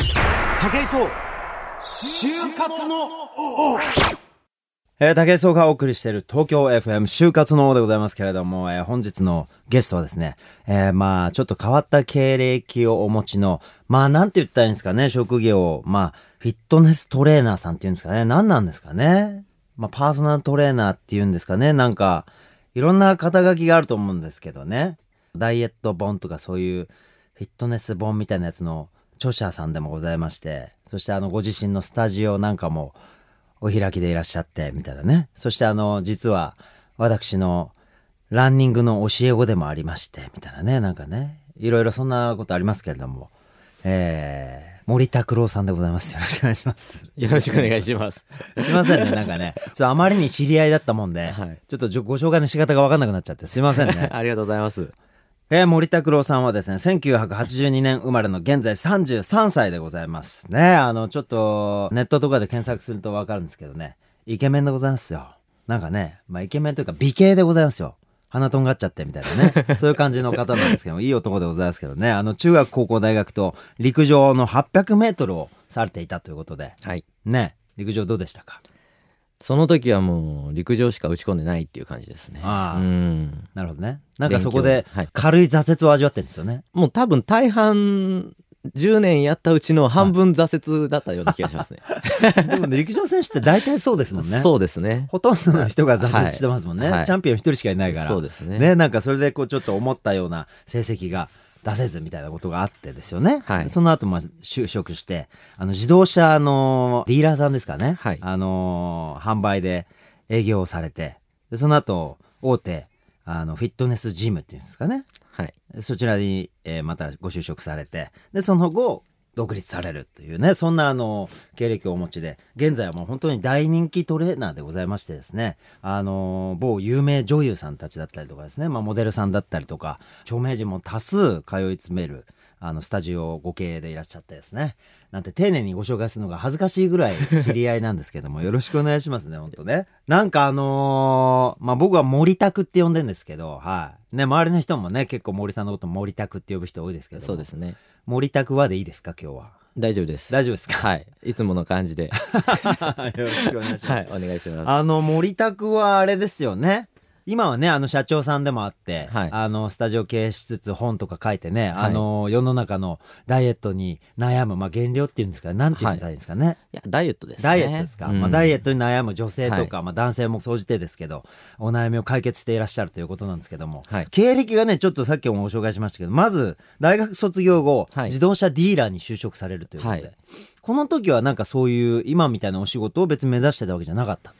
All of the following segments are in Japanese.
武井壮就活のえー、竹井壮がお送りしている東京 FM 就活の王でございますけれども、えー本日のゲストはですね、えーまあ、ちょっと変わった経歴をお持ちの、まあ、なんて言ったらいいんですかね、職業を、まあ、フィットネストレーナーさんっていうんですかね、何なんですかね。まあ、パーソナルトレーナーっていうんですかね、なんか、いろんな肩書きがあると思うんですけどね、ダイエット本とかそういうフィットネス本みたいなやつの著者さんでもございまして、そしてあの、ご自身のスタジオなんかも、お開きでいらっしゃって、みたいなね。そしてあの、実は、私のランニングの教え子でもありまして、みたいなね、なんかね。いろいろそんなことありますけれども。えー、森拓郎さんでございます。よろしくお願いします。よろしくお願いします。すいませんね、なんかね。ちょっとあまりに知り合いだったもんで、はいちょっとじょご紹介の仕方がわかんなくなっちゃって、すいませんね。ありがとうございます。えー森拓郎さんはですね、1982年生まれの現在33歳でございます。ね、あの、ちょっと、ネットとかで検索するとわかるんですけどね、イケメンでございますよ。なんかね、まあ、イケメンというか美形でございますよ。鼻とんがっちゃってみたいな ね。そういう感じの方なんですけども、いい男でございますけどね、あの、中学、高校、大学と陸上の800メートルをされていたということで、はい。ね、陸上どうでしたかその時はもう陸上しか打ち込んでないっていう感じですね。ああうん。なるほどね。なんかそこで勉強はい軽い挫折を味わってるんですよね。もう多分大半10年やったうちの半分挫折だったような気がしますね。でもね陸上選手って大体そうですもんね。 そうですね。ほとんどの人が挫折してますもんね。はいはいチャンピオン一人しかいないから。そうですねね、なんかそれでこうちょっと思ったような成績が出せずみたいなことがあってですよね。はいその後、まあ、就職して、あの、自動車のディーラーさんですかね。はいあのー販売で営業をされて、でその後、大手、あの、フィットネスジムっていうんですかね。はい。そちらに、えーまたご就職されて、で、その後、独立されるというね、そんなあの、経歴をお持ちで、現在はもう本当に大人気トレーナーでございましてですね、あのー某有名女優さんたちだったりとかですね、まあ、モデルさんだったりとか、著名人も多数通い詰める、あの、スタジオをご経営でいらっしゃってですね、なんて丁寧にご紹介するのが恥ずかしいぐらい知り合いなんですけど も、よろしくお願いしますね、本当ね。なんかあのーまあ、僕は森拓って呼んでんですけど、はい。ね、周りの人もね、結構森さんのこと森拓って呼ぶ人多いですけど、そうですね。森拓はでいいですか、今日は。大丈夫です。大丈夫ですかはい。いつもの感じで。 よろしくお願いします。 はい。お願いします。あの、森拓はあれですよね。今はね、あの社長さんでもあって、はいあの、スタジオ経営しつつ本とか書いてね、はいあの、世の中のダイエットに悩む、まあ、減量っていうんですかね、なんて言ったらいいんですかね。いや、ダイエットですね。ダイエットですか、まあ、ダイエットに悩む女性とか、はまあ、男性も総じてですけどお悩みを解決していらっしゃるということなんですけども、はい経歴がねちょっとさっきもご紹介しましたけどまず大学卒業後、はい自動車ディーラーに就職されるということで、はいこの時はなんかそういう今みたいなお仕事を別に目指してたわけじゃなかった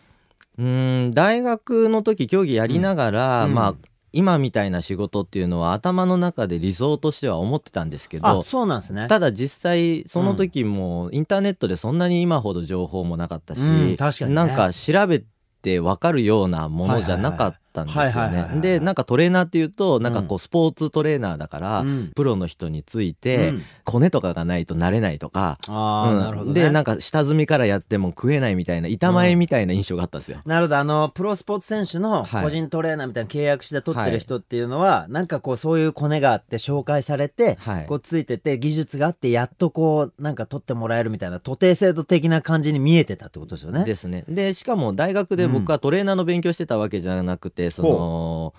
うーん大学の時競技やりながら、うんまうあ今みたいな仕事っていうのは頭の中で理想としては思ってたんですけあどそうなんですねただ実際その時もインターネットでそんなに今ほど情報もなかったし、うん確かにねなんか調べて分かるようなものじゃなかったんですはいはよいはいはいはいはいはね。いでなんかトレーナーっていうとなんかこうスポーツトレーナーだから、うんプロの人についうてんコネとかがないとなれないとか、あー、うんなるほど、ね、でなんかか下積みからやっても食えないみたいな板前みたいな印象があったんですよ。なるほどあのプロスポーツ選手のはい個人トレーナーみたいな契約して取ってる人っていうのは、なんかこうそういうコネがあって紹介されて、はいこうついてて技術があってやっとこうなんか取ってもらえるみたいな徒弟制度的な感じに見えてたってことですよね。ですね。でしかも大学で僕はトレーナーの勉強してたわけじゃなくて、その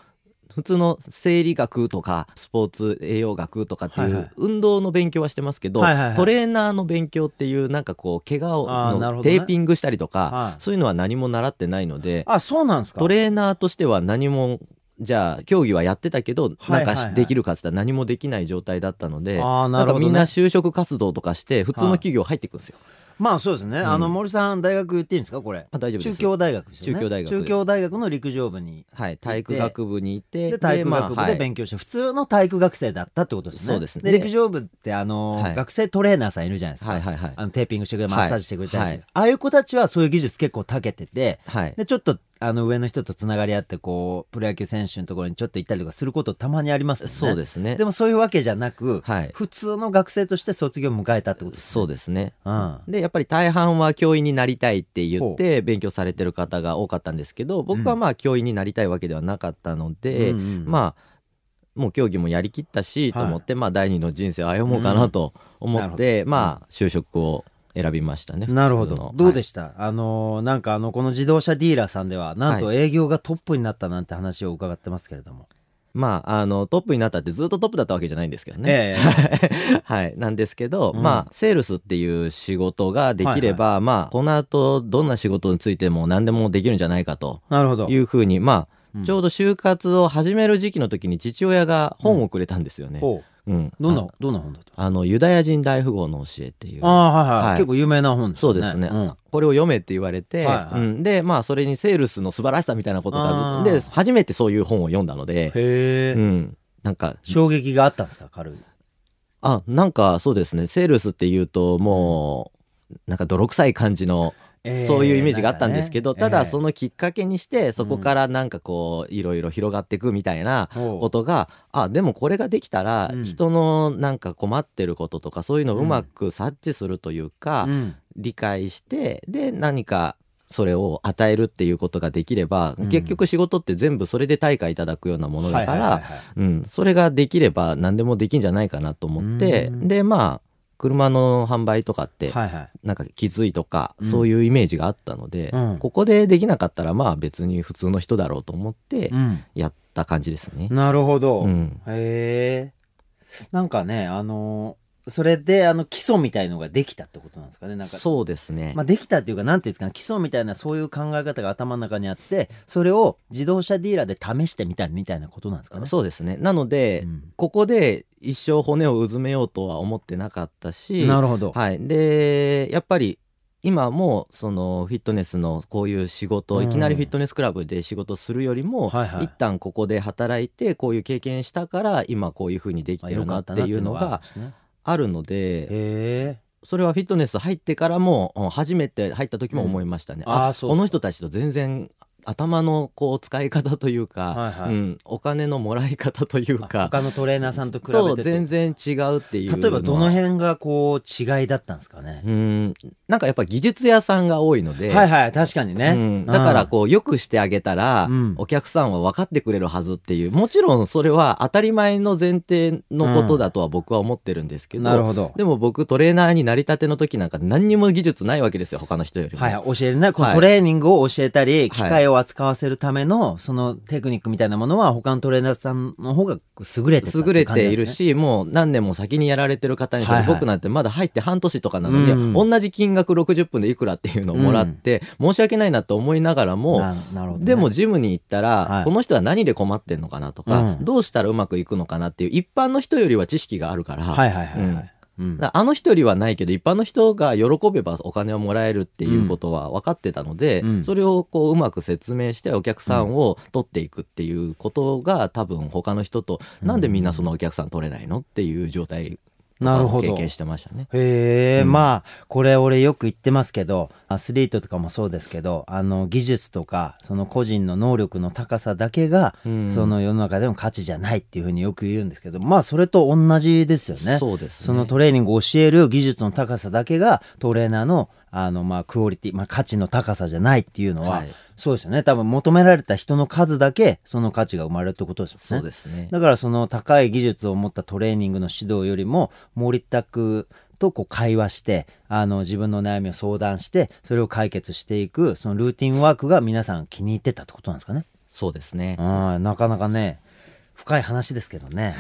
普通の生理学とかスポーツ栄養学とかってはいいはいう運動の勉強はしてますけど、はいはいはいトレーナーの勉強っていうなんかこう怪我をあーなるのほどねテーピングしたりとか、はいそういうのは何も習ってないのであそうなんですかトレーナーとしては何もじゃあ競技はやってたけど、はいはいはいなんかできるかっつったら何もできない状態だったのであーななるんかほどねみんな就職活動とかして普通の企業入ってくんですよ。まあそうですね、あの森さん大学言っていいんですかこれあ大丈夫です中京大学ですよね中京大学中京大学の陸上部にはい、体育学部にいてで体育まあ学部はでい勉強して、普通の体育学生だったってことですねそうですねでで陸上部ってあのーはい学生トレーナーさんいるじゃないですか、はいはいはいあのテーピングしてくれたりマはいッサージしてくれたりして、はいああいう子たちはそういう技術結構長けててはいでちょっとあの上の人とつながり合ってこうプロ野球選手のところにちょっと行ったりとかすることたまにありますもんねそうですねでもそういうわけじゃなく、はい普通の学生として卒業を迎えたってことですそうですねうんでやっぱり大半は教員になりたいって言ほって勉強されてる方が多かったんですけど僕はまあ教員になりたいわけではなかったので、うんうんまあもう競技もやりきったしはとい思って、まあ第二の人生を歩もうかなと思って、まあ就職を選びましたねなるほど。どうでしした、あのーなんかあの、この自動車ディーラーさんでは、なんと営業がトップになったなんて話を伺ってますけれども。まああのトップになったってずっとトップだったわけじゃないんですけどね、ええ はいなんですけど、うんまあセールスっていう仕事ができれば、まあこの後どんな仕事についても何でもできるんじゃないかと なるほど。いうふうにまあうんちょうど就活を始める時期の時に父親が本をくれたんですよね。ほううんどんあな、どんな本だと。あのユダヤ人大富豪の教えっていうああ、はいはい、はい結構有名な本ですね。そうですね、んこれを読めって言われて、はいはいうん、でまあそれにセールスの素晴らしさみたいなことあーがで初めてそういう本を読んだので、へえ、うん、なんか衝撃があったんですか、軽い。あなんかそうですねセールスっていうともうなんか泥臭い感じの、ええそういうイメージがあったんですけど、なんかねたえだえそのきっかけにしてそこからなんかこういろいろ広がっていくみたいな。ほうことがあでもこれができたらうん人のなんか困ってることとかそういうのをうまく察知するというか、うん理解してで何かそれを与えるっていうことができれば、うん結局仕事って全部それで対価いただくようなものだかはいら、はいはいはいうん、それができれば何でもできんじゃないかなと思ってうんでまあ車の販売とかって、はいはいなんか気づいとか、うんそういうイメージがあったので、うんここでできなかったらまあ別に普通の人だろうと思ってうんやった感じですね。なるほど、うんへえなんかねあのそれであの基礎みたいのができたってことなんですかねなんかそうですね、まあ、できたっていうかなんていうんですかね基礎みたいなそういう考え方が頭の中にあってそれを自動車ディーラーで試してみたみたいなことなんですかねそうですねなので、うんここで一生骨をうずめようとは思ってなかったしなるほど、はい、でやっぱり今もそのフィットネスのこういう仕事、うんいきなりフィットネスクラブで仕事するよりも、はいはい一旦ここで働いてこういう経験したから今こういうふうにできまあてるよかなっったてなっていいううののがあるんがですねあるのでへえそれはフィットネス入ってからもうん初めて入った時も思いましたね。うんあーそうこの人たちと全然頭のこう使い方というか、はいはいうん、お金のもらい方というか他のトレーナーさんと比べてとと全然違うっていう例えばどのは辺がこう違いだったんですかねう、んなんかやっぱ技術屋さんが多いので、はいはい確かにね、うん、だからこうよくしてあげたら、うんお客さんは分かってくれるはずっていうもちろんそれは当たり前の前提のことだとは僕は思ってるんですけど,、なるほどでも僕トレーナーになりたての時なんか何にも技術ないわけですよ他の人よりも。はい、教えるね。このはいトレーニングを教えたり、機はい械を扱わせるための、そのテクニックみたいなものは、他のトレーナーさんの方が優れてたって優れ感じてなんでいるすね。し、もう何年も先にやられてる方にして、はいはい僕なんてまだ入って半年とかなのに、うん同じ金額60分でいくらっていうのをもらって、申し訳ないなと思いながらも、ななるほどね、でもジムに行ったら、はいこの人は何で困ってんのかなとか、うんどうしたらうまくいくのかなっていう一般の人よりは知識があるから,、はいはいはいはい。うんだからあの人よりはないけど一般の人が喜べばお金をもらえるっていうことは分かってたので、うんそれをこううまく説明してお客さんを取っていくっていうことが多分他の人と、うんなんでみんなそのお客さん取れないのっていう状態なるほをど経験してましたね。へえ、うんまあこれ俺よく言ってますけどアスリートとかもそうですけどあの技術とかその個人の能力の高さだけが、うんその世の中でも価値じゃないっていうふうによく言うんですけどまあそれと同じですよね。そうですねそのトレーニングを教える技術の高さだけがトレーナーのあのまあクオリティ、まあ、価値の高さじゃないっていうのは、はいそうですよね多分求められた人の数だけその価値が生まれるってことですよね。そうですねだからその高い技術を持ったトレーニングの指導よりも森田君とこう会話してあの自分の悩みを相談してそれを解決していくそのルーティンワークが皆さん気に入ってたってことなんですかね。そうですね。あなかなかね深い話ですけど ね。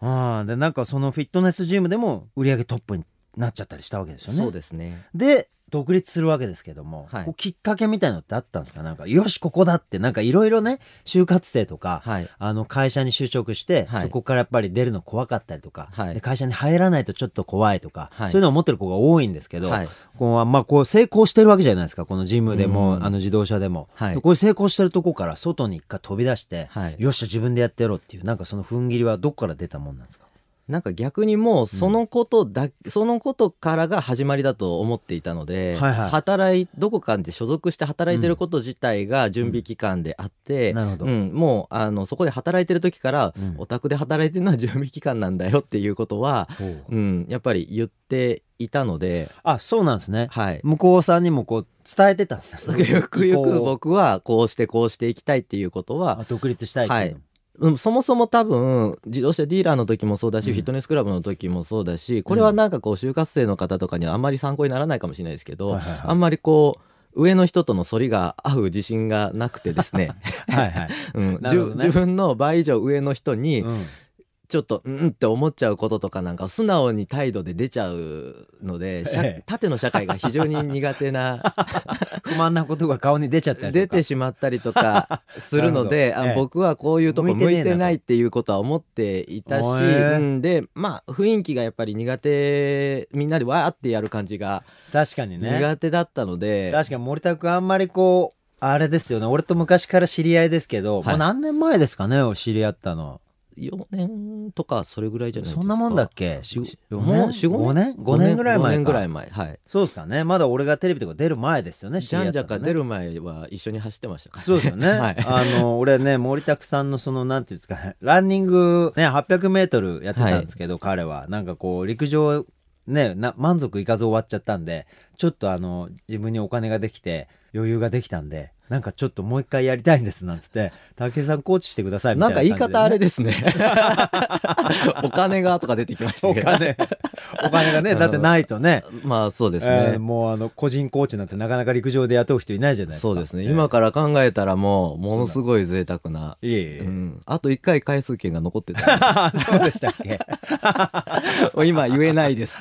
あでなんかそのフィットネスジムでも売り上げトップになっちゃったりしたわけですよね。そうですね。で独立するわけですけども、はいこうきっかけみたいのってあったんですかなんかよしここだってなんかいろいろね就活生とか、はい。あの会社に就職して、はいそこからやっぱり出るの怖かったりとか、はいで会社に入らないとちょっと怖いとか、はいそういうのを持ってる子が多いんですけど、はいこうまあ、こう成功してるわけじゃないですかこのジムでも、うんあの自動車でも、はいでこういう成功してるとこから外に一回飛び出して、はいよっしゃ自分でやってやろうっていうなんかその踏ん切りはどっから出たもんなんですかなんか逆にもうそのことだ、そのことからが始まりだと思っていたので、はいはい働いどこかで所属して働いてること自体が準備期間であって、うんなるほどうんもうあのそこで働いてる時から、うんお宅で働いてるのは準 備期間なんだよっていうことは、うん、やっぱり言っていたので、あそうなんですね、はい、向こうさんにもこう伝えてたんですね ゆくゆこうく僕はこうしてこうしていきたいっていうことはあ独立したいっていうのはいうん、そもそも多分自動車ディーラーの時もそうだし、フィットネスクラブの時もそうだしこれはなんかこう就活生の方とかにはあんまり参考にならないかもしれないですけど、はいはいはいあんまりこう上の人との反りが合う自信がなくてで すね、はいはい。うんなじるゅほどね自分の倍以上上の人にうんちょっとうんって思っちゃうこととかなんか素直に態度で出ちゃうの で、社ええ縦の社会が非常に苦 手な不満なことが顔に出ちゃったりとか。出てしまったりとかするので、なるほどあええ僕はこういうとこ向向いてねえないてないっていうことは思っていたし、おえうんでまあ雰囲気がやっぱり苦手みんなでわーってやる感じが確かにね。苦手だったので、確かに森田君あんまりこう、あれですよね。俺と昔から知り合いですけど、いもう何年前ですかね、知り合ったの。 4年とかそれぐらいじゃないですかそんなもんだっけし四年もう45五年5 ?5 年ぐらい前か。 5年ぐらい前はいそうですかね。まだ俺がテレビとか出る前ですよね、じゃんじゃか出る。る前は一緒に走ってましたから、そうですよね。 はいあの、俺ね、森田さんのその、なんていうんですかね、ランニング、ね、800メートルやってたんですけど、彼は、なんかこう、陸上、ね、な満足いかず終わっちゃったんで、ちょっとあの、自分にお金ができて、余裕ができたんで、なんかちょっともう一回やりたいんです、なんつって、武井さんコーチしてくださいみたないんなか感じ言でいね、方あれですね お金がとか出てきましたおけど金、お金がね、だってないとね、 まあそうですね、えーもうあの、個人コーチなんてなかなか陸上で雇う人いないじゃないですか。そうですね、えー今から考えたらもうものすごい贅沢ないえいえ。うん、あと1回回数券が残ってた そうでしたっけ今言えない です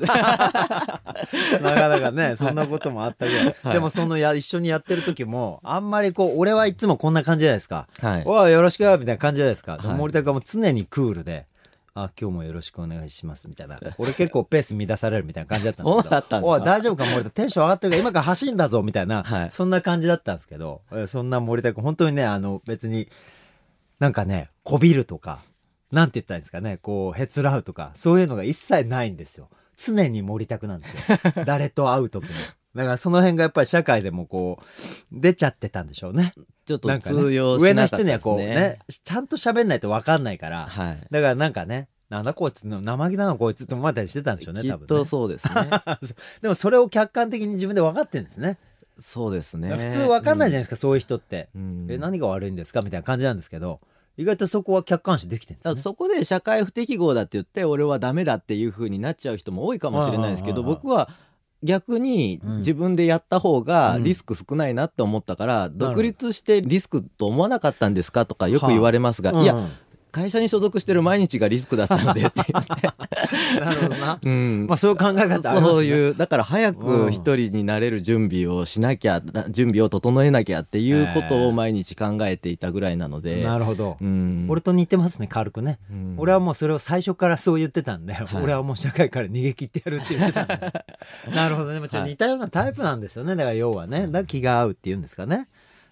なかなかね、そんなこともあったぐらい。でもそのや、一緒にやってる時も、あんまりこう、俺はいつもこんな感じじゃないですか。はいおい、よろしくよみたいな感じじゃないですか。でもはい森田君はもう常にクールで、あ、今日もよろしくお願いしますみたいな。俺結構ペース乱されるみたいな感じだったんですけど。 そうだったんですかおい、大丈夫か森田、テンション上がってるから今から走んだぞみたいな、はいそんな感じだったんですけど、えそんな森田君、本当にね、あの、別に、なんかね、こびるとか、なんて言ったらいいんですかね、こう、へつらうとか、そういうのが一切ないんですよ。常に盛りたくなんです よ。誰と会う時も。だからその辺がやっぱり社会でもこう、出ちゃってたんでしょうね。ちょっとなんかね通用上のしなか人ったにではすこうねね、ちゃんと喋んないと分かんないから、はいだからなんかね、なんだこいつの生意気だなこいつって思ったりしてたんでしょうね、き多っ分、ね。とそうですねでもそれを客観的に自分で分かってるんですね。 そうですね普通分かんないじゃないゃですか、そういう人って。ない、うんえ、何が悪いんですかみたいな感じなんですけど、意外とそこは客観視できてるんでだすからね。そこで社会不適合だって言って俺はダメだっていう風になっちゃう人も多いかもしれないですけはどいはいはい僕は逆にうん自分でやった方がうんリスク少ないなって思ったからど独立してリスクと思わなかったんですかとかよく言われますがうんいや 会社に所属してる毎日がリスクだったのでって言ってなるほどな。うん まあそういう考え方ありますね。そういうだから早うくん一人になれる準備をしなきゃな準備を整えなきゃっていうことを毎日考えていたぐらいなので。なるほど。うん俺と似てますね、軽くね。うん俺はもうそれを最初からそう言ってたんで、い俺はもう社会から逃げ切ってやるって言ってたん でなるほどね、まあ、ちょっと似たようなタイプなんですよねだから要はねだから気が合うっていうんですかね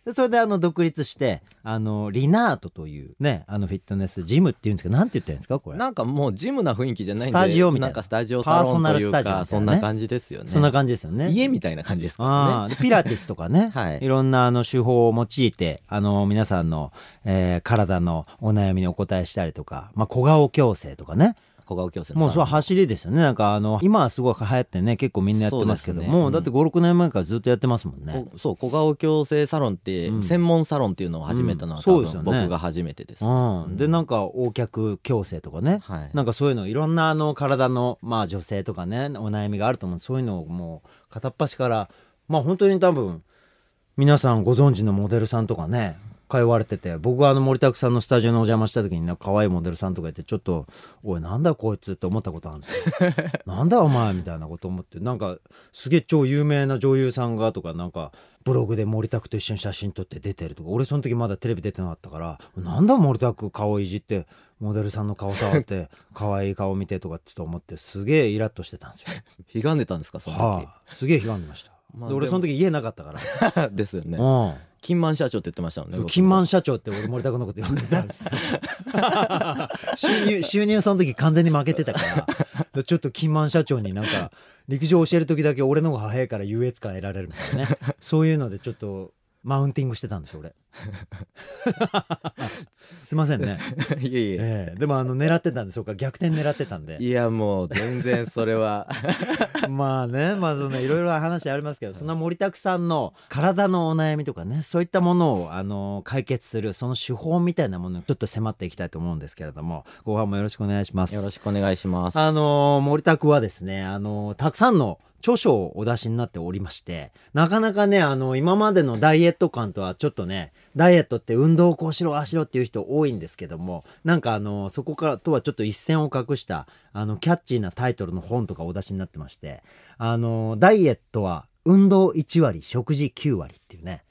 でそれであの独立してあのリナートというねあのフィットネスジムっていうんですけどなんて言ってるんですかこれなんかもうジムな雰囲気じゃないんでスタジオみたいなんかスタジオサロンとパいうーソナルスタジオみたいなかねそんな感じですよねそんな感じですよね家みたいな感じですかああでピラティスとかね、 はいい、ろんなあの手法を用いてあの皆さんの、えー体のお悩みにお答えしたりとか、まあ、小顔矯正とかねらね小顔矯正のもうそれはサロン走りですよねなんかあの今はすごい流行ってね結構みんなやってますけどそうですねもううんだって56年前からずっとやってますもんね。こそう小顔矯正サロンってうん専門サロンっていうのを始めたのはうん多そうですよ分ね僕が初めてです、うん、でなんか横脚矯正とかね、はいなんかそういうのいろんなあの体の、まあ、女性とかねお悩みがあると思うそういうのをもう片っ端からまあ本当に多分皆さんご存知のモデルさんとかね通われてて僕はあの森田さんのスタジオにお邪魔した時になんか可愛いモデルさんとかいてちょっと「おいなんだこいつ」って思ったことあるんですよ。 なんだお前みたいなこと思ってなんかすげえ超有名な女優さんがとかなんかブログで森田君と一緒に写真撮って出てるとか俺その時まだテレビ出てなかったからなんだ森田君顔いじってモデルさんの顔触って可愛い顔見てとかって思ってすげえイラッとしてたんですよ。ひがんでたんですかその時、はあ、すげえひがんでました。まあで俺でもその時家なかった から。ですよねうん金満社長って言ってましたもんねそう僕金満社長って俺森田君のこと呼んでたんですよ収入収入その時完全に負けてたからちょっと金満社長になんか陸上教える時だけ俺の方が早いから優越感得られるみたいなねそういうのでちょっとマウンティングしてたんですよ俺すいませんね。 いえいえ。ええでもあの狙ってたんでそうか逆転狙ってたんでいやもう全然それは まあねまあそのいろいろ話ありますけどそんな盛りだくさんの体のお悩みとかねそういったものをあの解決するその手法みたいなものにちょっと迫っていきたいと思うんですけれども後半もよろしくお願いします。よろしくお願いします。あのー森田君はですね、あのーたくさんの著書をお出しになっておりまして、なかなかね、あの今までのダイエット感とはちょっとね、ダイエットって運動をこうしろ、ああしろっていう人多いんですけども、なんかあのーそこからとはちょっと一線を画した、あの、キャッチーなタイトルの本とかお出しになってまして、あのーダイエットは運動1割、食事9割っていうね、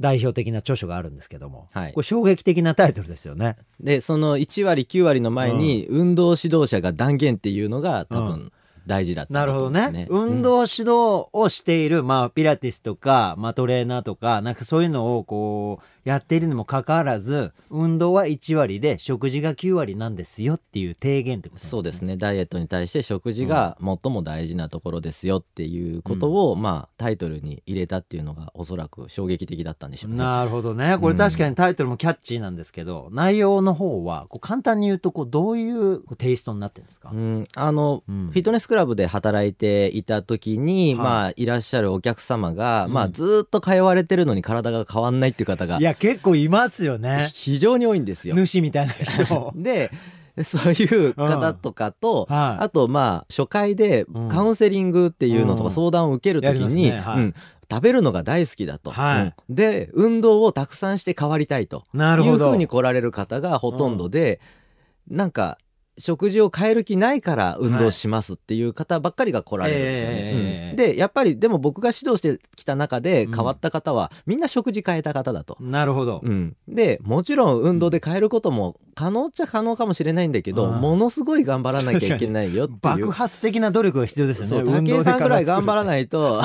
代表的な著書があるんですけども、はいこれ衝撃的なタイトルですよね。でその1割9割の前に運動指導者が断言っていうのが多う分大事だったんなだるとほ思うどんですね。運動指導をしている、まあ、ピラティスとか、まあ、トレーナーとか、なんかそういうのを、こう、やっているにもかかわらず、運動は1割で、食事が9割なんですよっていう提言ってことねそうですねダイエットに対して食事が最も大事なところですよっていうことを、まあ、タイトルに入れたっていうのがおそらく衝撃的だったんでしょうね。なるほどね。これ確かにタイトルもキャッチーなんですけど、内容の方は、こう簡単に言うと、こう、どういうテイストになってるんですか、うん、あの、うんフィットネスクラブで働いていた時に、はいまあいらっしゃるお客様が、うんまあずーっと通われてるのに体が変わんないっていう方がいや、結構いますよね。非常に多いんですよ。。主みたいな人 でそういう方とかと、うんはいあとまあ初回でうんカウンセリングっていうのとうかん相談を受けるときやりますに、ねはいうん食べるのが大好きだと、はいうんで運動をたくさんして変わりたいとなるいうほふど。うに来られる方がほとんどで、なんか食事を変える気ないから運動しますっていう方ばっかりが来られるんですよえね。えうんでやっぱりでも僕が指導してきた中でうん変わった方は、みんな食事変えた方だと。なるほど。うん、でもちろん運動で変えることも可能っちゃ可能かもしれないんだけど、うんものすごい頑張らなきゃいけないよっていう爆。発的な努力が必要ですよね。そう武井さんぐらい頑張らい。ないと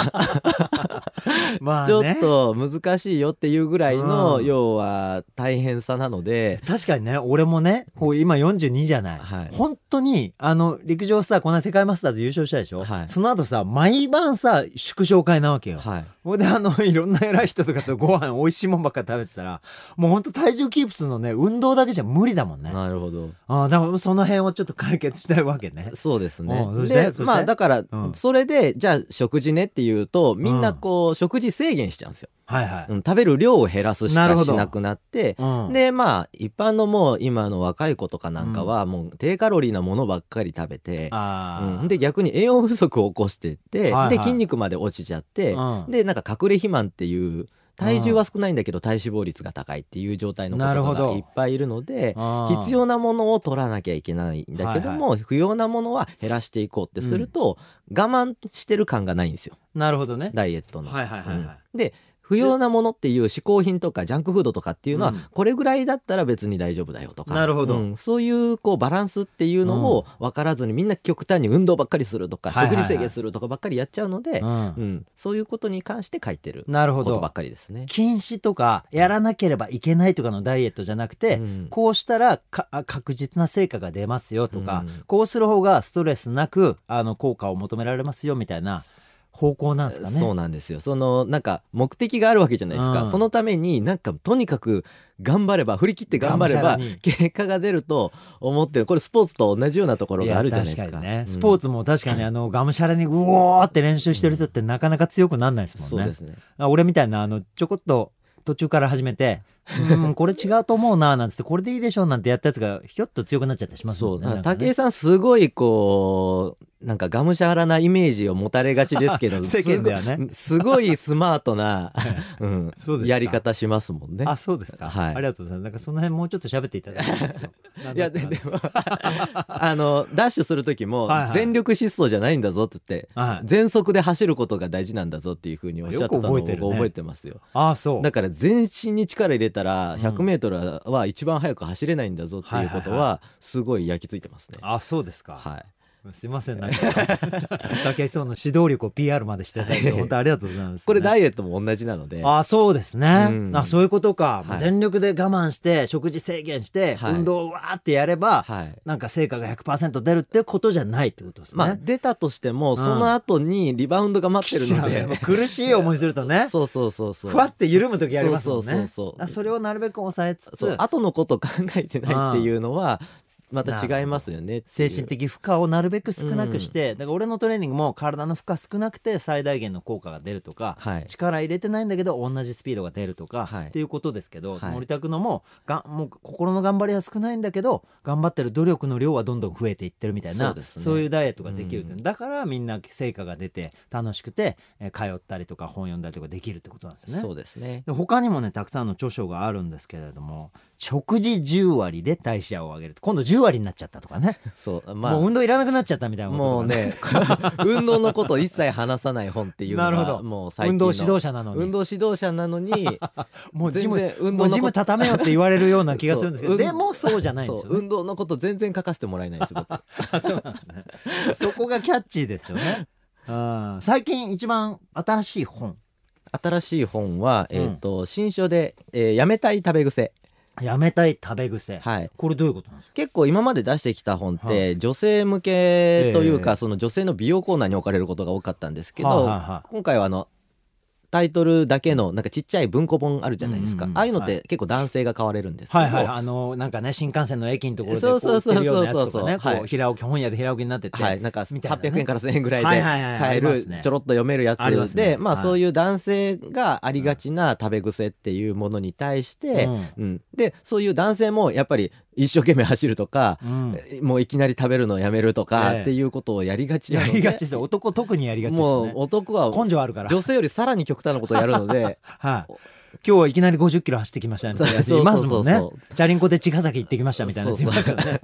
まあちょねっ。と難しいよっていうぐらいうのん要は大変さなので、確かにね、俺もね、こう今42じゃない。はい本当に、あの、陸上さ、この間世界マスターズ優勝したでしょ、はいその後さ、毎晩さ、祝勝会なわけよ。はい、ほいで、あの、いろんな偉い人とかとご飯美味しいもんばっか食べてたら、もう本当体重キープするのね、運動だけじゃ無理だもんね。あなるほどあ、だからその辺をちょっと解決したいわけね。そうですねうんそしてそでしてまあだからうんそれでじゃあ食事ねっていうとみんなこう食事制限しちゃうんですよ、はいはうい。ん、食べる量を減らすしなるかほしどなくなってうん。でまあ一般のもう今の若い子とかなんかはもう低カロリーなものばっかり食べて、あうあ。ん、で逆に栄養不足を起こしてって、はいはいで筋肉まで落ちちゃって、うんでなんか隠れ肥満っていう体重は少ないんだけど体脂肪率が高いっていう状態の子なるとほかどがいっぱいいるので。あー必要なものを取らなきゃいけないんだけども、不要なものは減らしていこうってすると、我慢してる感がないんですよなるほどね。ダイエットの。はいはいはいはい。うんで不要なものっていう嗜好品とかジャンクフードとかっていうのは、うんこれぐらいだったら別に大丈夫だよとかなるほどうんそういうこうバランスっていうのを分からずにみんな極端に運動ばっかりするとか、はいはいはい食事制限するとかばっかりやっちゃうので、うんそういうことに関して書いてるうん。なるこほとどば。っかりですね。禁止とかやらなければいけないとかのダイエットじゃなくて、うんこうしたらかあ確実な成果が出ますよとか、うんこうする方がストレスなくあの効果を求められますよみたいな方向なんですかね。そうなんですよそのなんか目的があるわけじゃないですか、うんそのためになんかとにかく頑張れば振り切って頑張れがばむしゃらに結果が出ると思ってるこれスポーツと同じようなところがあるじゃないですかや確かにね、うんスポーツも確 かにあのがむしゃらにうおーって練習してる人ってなかなか強くなんないですもんね。そうですねあ俺みたいなあのちょこっと途中から始め て「うーんこれ違うと思うな」なんつって「これでいいでしょ」なんてやったやつがひょっと強くなっちゃったりしますそもうんだね。なんからか武ね井さんすごいこうなんかがむしゃらなイメージを持たれがちですけ ど世間ではねすごいすごいスマート な、うんそうですかやり方しますもんね。あ、そうですか。はいありがとうございます。なんかその辺もうちょっと喋っていただきたいですよ。なんいだやったでらでも あのダッシュする時もはいはい全力疾走じゃないんだぞって言って、はい全速で走ることが大事なんだぞっていうふうにおっしゃってたのをよく覚えてるね僕覚えてますよあ、そう。だから全身に力入れたらうん 100m は一番速く走れないんだぞっていうことはいはいはすごい焼き付いてますね。あ、そうですか。はいすいませんなんか武井壮の指導力を PR までしていただい て本当ありがとうございます、これ大ダイエットも同じなのであそうですね、うんあそういうことか、はい全力で我慢して食事制限して、はい運動をわーってやれば、はいなんか成果が100%出るってことじゃないってことですね、まあ出たとしても、その後にリバウンドが待ってるので、苦しい思いするとね そうそうそうそうふわって緩む時ありますもんねそうそうそうそうあそれをなるべく抑えつつそう後のこと考えてないっていうのはまた違いますよねってい精う神的負荷をなるべく少なくして、だから俺のトレーニングも体の負荷少なくて最大限の効果が出るとか、はい力入れてないんだけど同じスピードが出るとか、はいっていうことですけど、はい森田君のもがもう心の頑張りは少ないんだけど頑張ってる努力の量はどんどん増えていってるみたいなそうですねいうダイエットができるって、だからみんな成果が出て楽しくて、えー通ったりとか本読んだりとかできるってことなんですよね。そうですねで他にもねたくさんの著書があるんですけれども食事10割で代謝を上げる今度10割になっちゃったとかね そうまあもう運動いらなくなっちゃったみたいなこともうとかね 運動のことを一切話さない本っていうのなるほがどもう最近運の動指導者なのに運動指導者な のにもうジム全然運動のこともうジム畳めよって言われるような気がするんですけどそうでもそうじゃないんですそようね運動のこと全然書かせてもらえないです僕あそうなんですねそこがキャッチーですよ ねうん最近一番新しい本新しい本は、 うんえー、と新書で、えーやめたい食べ癖」やめたい食べ癖、はいこれどういうことなんですか結構今まで出してきた本って、は女性向けというか、ええその女性の美容コーナーに置かれることが多かったんですけど、はあはあはあ今回はあのタイトルだけのなんかちっちゃい文庫本あるじゃないですか、うんうんうんああいうのっはて結構男性が買われるんですけど、はいはい、あのなんかね新幹線の駅のところでこそうう売そうってるようなやつとかそうそうそうそうねこはうい平置き本屋で平置きになってて、はい、なんかみたいなね800円から1000円ぐらいはいはいはいで買えありまするねちょろっと読めるやつありますねでまあはいそういう男性がありがちな食べ癖っていうものに対して、ううんんでそういう男性もやっぱり一生懸命走るとか、うんもういきなり食べるのやめるとかええっていうことをやりがちなやので、りがちですよ男特にやりがちですもようね男は根性あるから女性よりさらに極端なことをやるの ではい。今日はいきなり50キロ走ってきましたね。そうそうそうそういますもんね。チャリンコで茅ヶ崎行ってきましたみたいなやついそうまそうすそよね。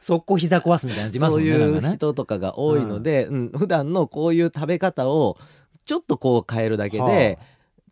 速攻膝壊すみたいなやついますそもうんね。いなんかうね人とかが多いので、うん普段のこういう食べ方をちょっとこう変えるだけで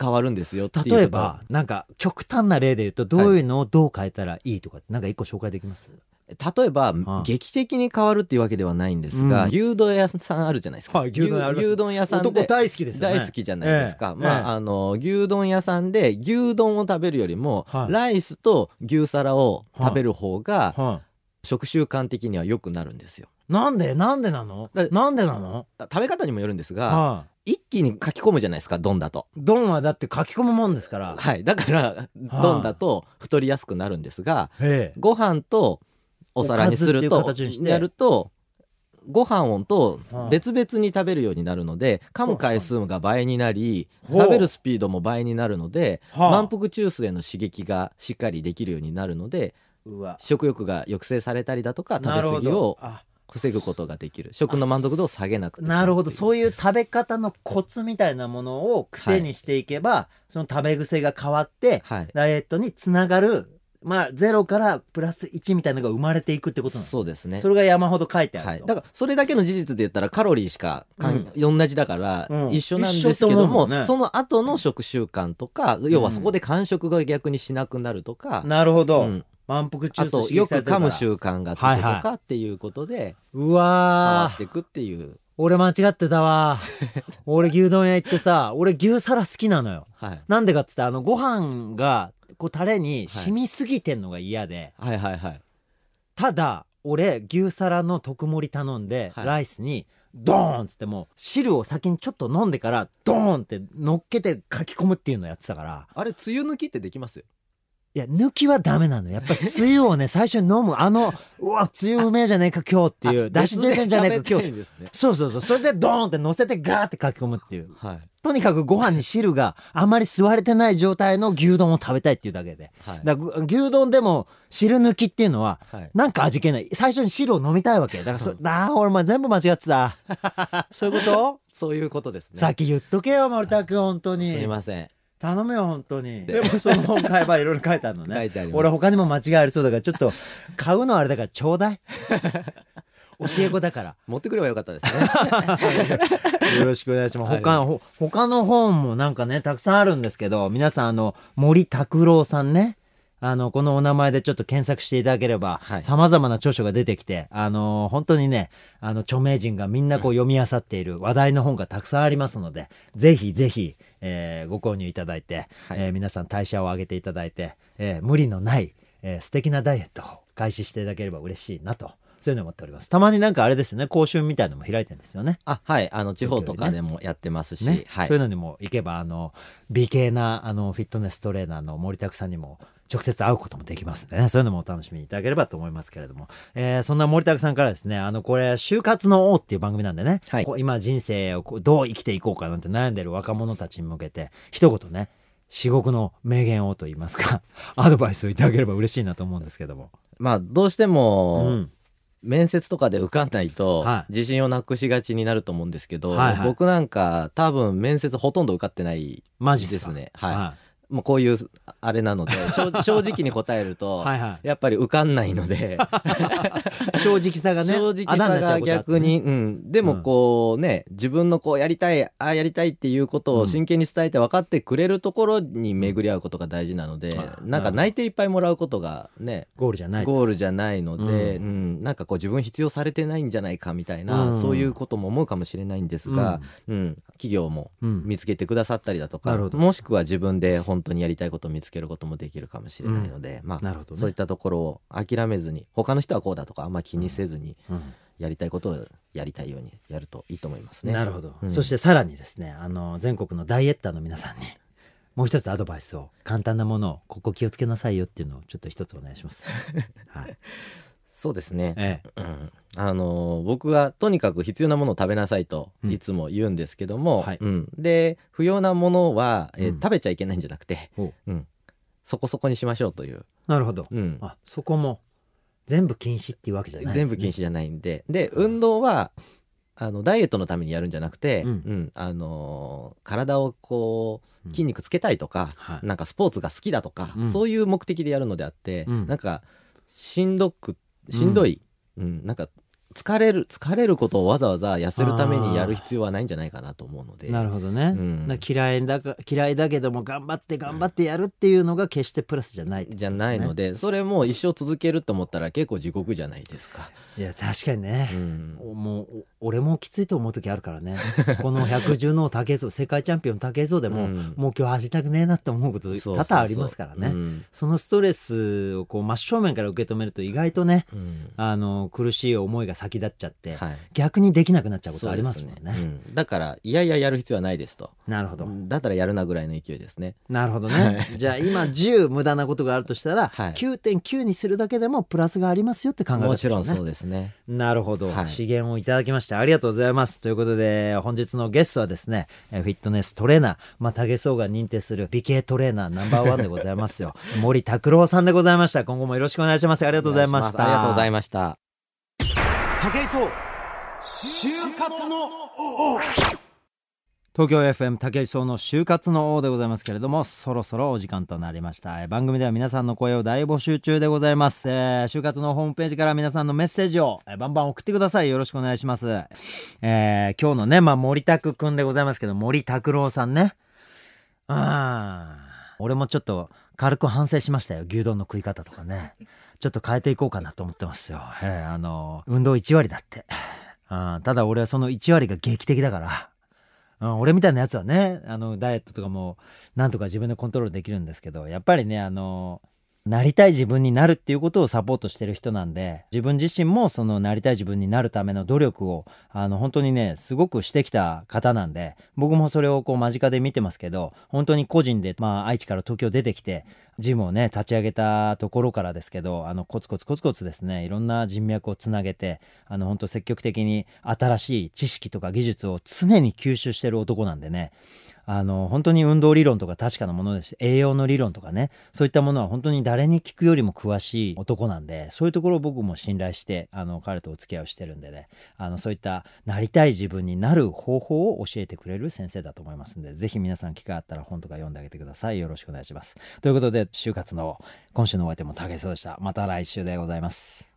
変わるんですよっていうこと例えば、なんか極端な例で言うと、どういうのをどう変えたらいいとか、なんか一個紹介できます例えば、ん劇的に変わるっていうわけではないんですが、うん牛丼屋さんあるじゃないですか、はい牛丼屋あります牛丼屋さん男で大好きですよね。大好きじゃないですか、ええまあ、ええあの牛丼屋さんで牛丼を食べるよりも、はいライスと牛皿を食べる方がは食習慣的には良くなるんですよいなんでなんでなのだなんでなの食べ方にもよるんですが、はい。一気に書き込むじゃないですか丼だとドンはだって書き込むもんですから。はいだから丼だと太りやすくなるんですがええご飯とお皿にするおとかずっていう形にしてやるとご飯とはい別々に食べるようになるので噛む回数が倍になりほう食べるスピードも倍になるのではあ満腹中枢への刺激がしっかりできるようになるのでうわ。食欲が抑制されたりだとかなる食べ過ほぎどをあ防ぐことができる食の満足度を下げなくて済むなるほどっていうそういう食べ方のコツみたいなものを癖にしていけば、その食べ癖が変わってはいダイエットにつながるまあゼロからプラス1みたいなのが生まれていくってことなんですそうですねそれが山ほど書いてあはるい、と、だからそれだけの事実で言ったらカロリーしかかん、同じだからうん一緒なんですけど一緒と思も、うもんねその後の食習慣とか要はそこで間食が逆にしなくなるとか、なるほど、うん満腹中あ枢刺と激よくされてる噛からむ習慣がつくはいとはいかっていうことでう変わわってーいくっていう、俺間違ってたわ 俺牛丼屋行ってさ俺牛皿好きなのよはい、なんでかっつってあのご飯がこうタレに染みすぎてんのが嫌で、はいはいはいただ俺牛皿の特盛り頼んで、はいライスにドーンっつってもう汁を先にちょっと飲んでからドーンって乗っけて書き込むっていうのをやってたからあれ梅雨抜きってできますよいや抜きはダメなのよやっぱ梅雨をね 最初に飲むあのうわ梅雨うめえじゃねえか今日っていう出汁出てんじゃねえか今日日ですねそうそうそうそれでドーンって乗せてガーって書き込むっていうはいとにかくご飯に汁があんまり吸われてない状態の牛丼を食べたいっていうだけではいだから牛丼でも汁抜きっていうのははいなんか味気ない。最初に汁を飲みたいわけ。だからそ、あー俺お前全部間違って た。そういうこと、そういうことですねさっき言っとけよ、森田君、本当すみに。ません頼むよ、本当に。ででもその本買えばいろいろ書いてあるのね。書いてあります俺他にも間違いありそうだから、ちょっと買うのあれだからちょうだ い。教え子だから。持ってくればよかったです ねよろしくお願いします。はい他、ほ他の本もなんかね、たくさんあるんですけど、皆さん、あの、森拓郎さんね。あの、このお名前でちょっと検索していただければは、い様々な著書が出てきて、あの、本当にね、あの、著名人がみんなこう読み漁っている話題の本がたくさんありますので、ぜひぜひ、えーご購入いただいて、はいえー皆さん代謝を上げていただいて、えー無理のない、えー素敵なダイエットを開始していただければ嬉しいなと、そういうのを思っております。たまになんかあれですよね、講習みたいのも開いてるんですよね。あはいあの地方とかでもやってますし、ねはいそういうのにも行けばあの美形なあのフィットネストレーナーの森拓さんにも直接会うこともできますんでねそういうのもお楽しみいただければと思いますけれども、えーそんな森拓さんからですねあのこれ「就活の王」っていう番組なんでね、はいこう今人生をこうどう生きていこうかなんて悩んでる若者たちに向けて一言ね至極の名言をと言いますか アドバイスをいただければ嬉しいなと思うんですけども。まあどうしても、うん面接とかで受かんないとはい自信をなくしがちになると思うんですけど、はいはい僕なんか多分面接ほとんど受かってないマでジっすねはい、はもうこういうああれな ので正正直に答えると、い、はいはいやっぱり受かんない ので正直さがね正直あだになっちゃうさがことあってね逆に、うん、でもこうね自分のこうやりたいああやりたいっていうことうんを真剣に伝えて分かってくれるところに巡り合うことが大事なので、あなんか内定いっぱいもらうことがねゴールじゃないとゴールじゃないので、ううんんなんかこう自分必要されてないんじゃないかみたいな、うんそういうことも思うかもしれないんですが、うん企業もうん見つけてくださったりだとなかるほどもしくは自分で本当にやりたいことを見つけることもできるかもしれないので、まあ、なるほどねそういったところを諦めずに他の人はこうだとかあんま気にせずにうんやりたいことをやりたいようにやるといいと思いますね。なるほど、うんそしてさらにですねあの全国のダイエッターの皆さんに もう一つアドバイスを簡単なものをここ気をつけなさいよっていうのをちょっと一つお願いし ます。はい、そうですね、ええうんあのー僕はとにかく必要なものを食べなさいとうんいつも言うんですけども、はいうんで不要なものは、えーうん食べちゃいけないんじゃなくて、おうんそこそこにしましょうという、なるほど、うんあそこも全部禁止っていうわけじゃないです、ね、全部禁止じゃないんででうん運動はあのダイエットのためにやるんじゃなくて、うんうんあのー体をこうんう筋肉つけたいとか、はいなんかスポーツが好きだとか、うんそういう目的でやるのであって、うんなんかしんどくしんどい、うんなんか疲れる疲れることをわざわざ痩せるためにやる必要はないんじゃないかなと思うのでなるほどね、うんだから嫌いだか嫌いだけども頑張って頑張ってやるっていうのが決してプラスじゃない、じゃないので、それも一生続けると思ったら結構地獄じゃないですか。いや確かにねう、んおもうお俺もきついと思う時あるからねこの百獣の王武蔵世界チャンピオン武蔵でも、うんもう今日走りたくねえなって思うこと多々ありますからねそそうそうそうのストレスをこう真正面から受け止めると意外とねうんうんあの苦しい思いが先立っちゃって、はい逆にできなくなっちゃうことありますもんねそうですうんだからいやいややる必要はないですとなるほど、だったらやるなぐらいの勢いですねなるほどね、じゃあ今10無駄なことがあるとしたら、はい9.9にするだけでもプラスがありますよって考え方もですちねろんそうですねなるほど、はい資源をいただきましてありがとうございますということで本日のゲストはですねえーフィットネストレーナー、まあ、武壮が認定する美形トレーナーナンバーワンでございますよ森拓郎さんでございました今後もよろしくお願いしますありがとうございましたありがとうございました武井壮就活の王東京 FM 竹井壮の就活の王でございますけれどもそろそろお時間となりましたえー番組では皆さんの声を大募集中でございます、えー就活のホームページから皆さんのメッセージを、えーバンバン送ってくださいよろしくお願いします、えー今日のね、まあ、森拓くんでございますけど森拓郎さんねあー俺もちょっと軽く反省しましたよ牛丼の食い方とかねちょっと変えていこうかなと思ってますよ、えーあの運動1割だってあーただ俺はその1割が劇的だからうん、俺みたいなやつはねあのダイエットとかもなんとか自分でコントロールできるんですけどやっぱりねあのなりたい自分になるっていうことをサポートしてる人なんで自分自身もそのなりたい自分になるための努力をあの本当にねすごくしてきた方なんで僕もそれをこう間近で見てますけど本当に個人で、まあ、愛知から東京出てきてジムをね立ち上げたところからですけどあのコツコツコツコツですねいろんな人脈をつなげてあの本当積極的に新しい知識とか技術を常に吸収してる男なんでねあの本当に運動理論とか確かなものですし栄養の理論とかねそういったものは本当に誰に聞くよりも詳しい男なんでそういうところを僕も信頼してあの彼とお付き合いをしてるんでねあのそういったなりたい自分になる方法を教えてくれる先生だと思いますんでぜひ皆さん機会あったら本とか読んであげてくださいよろしくお願いしますということで就活の今週のお相手も武井壮でしたまた来週でございます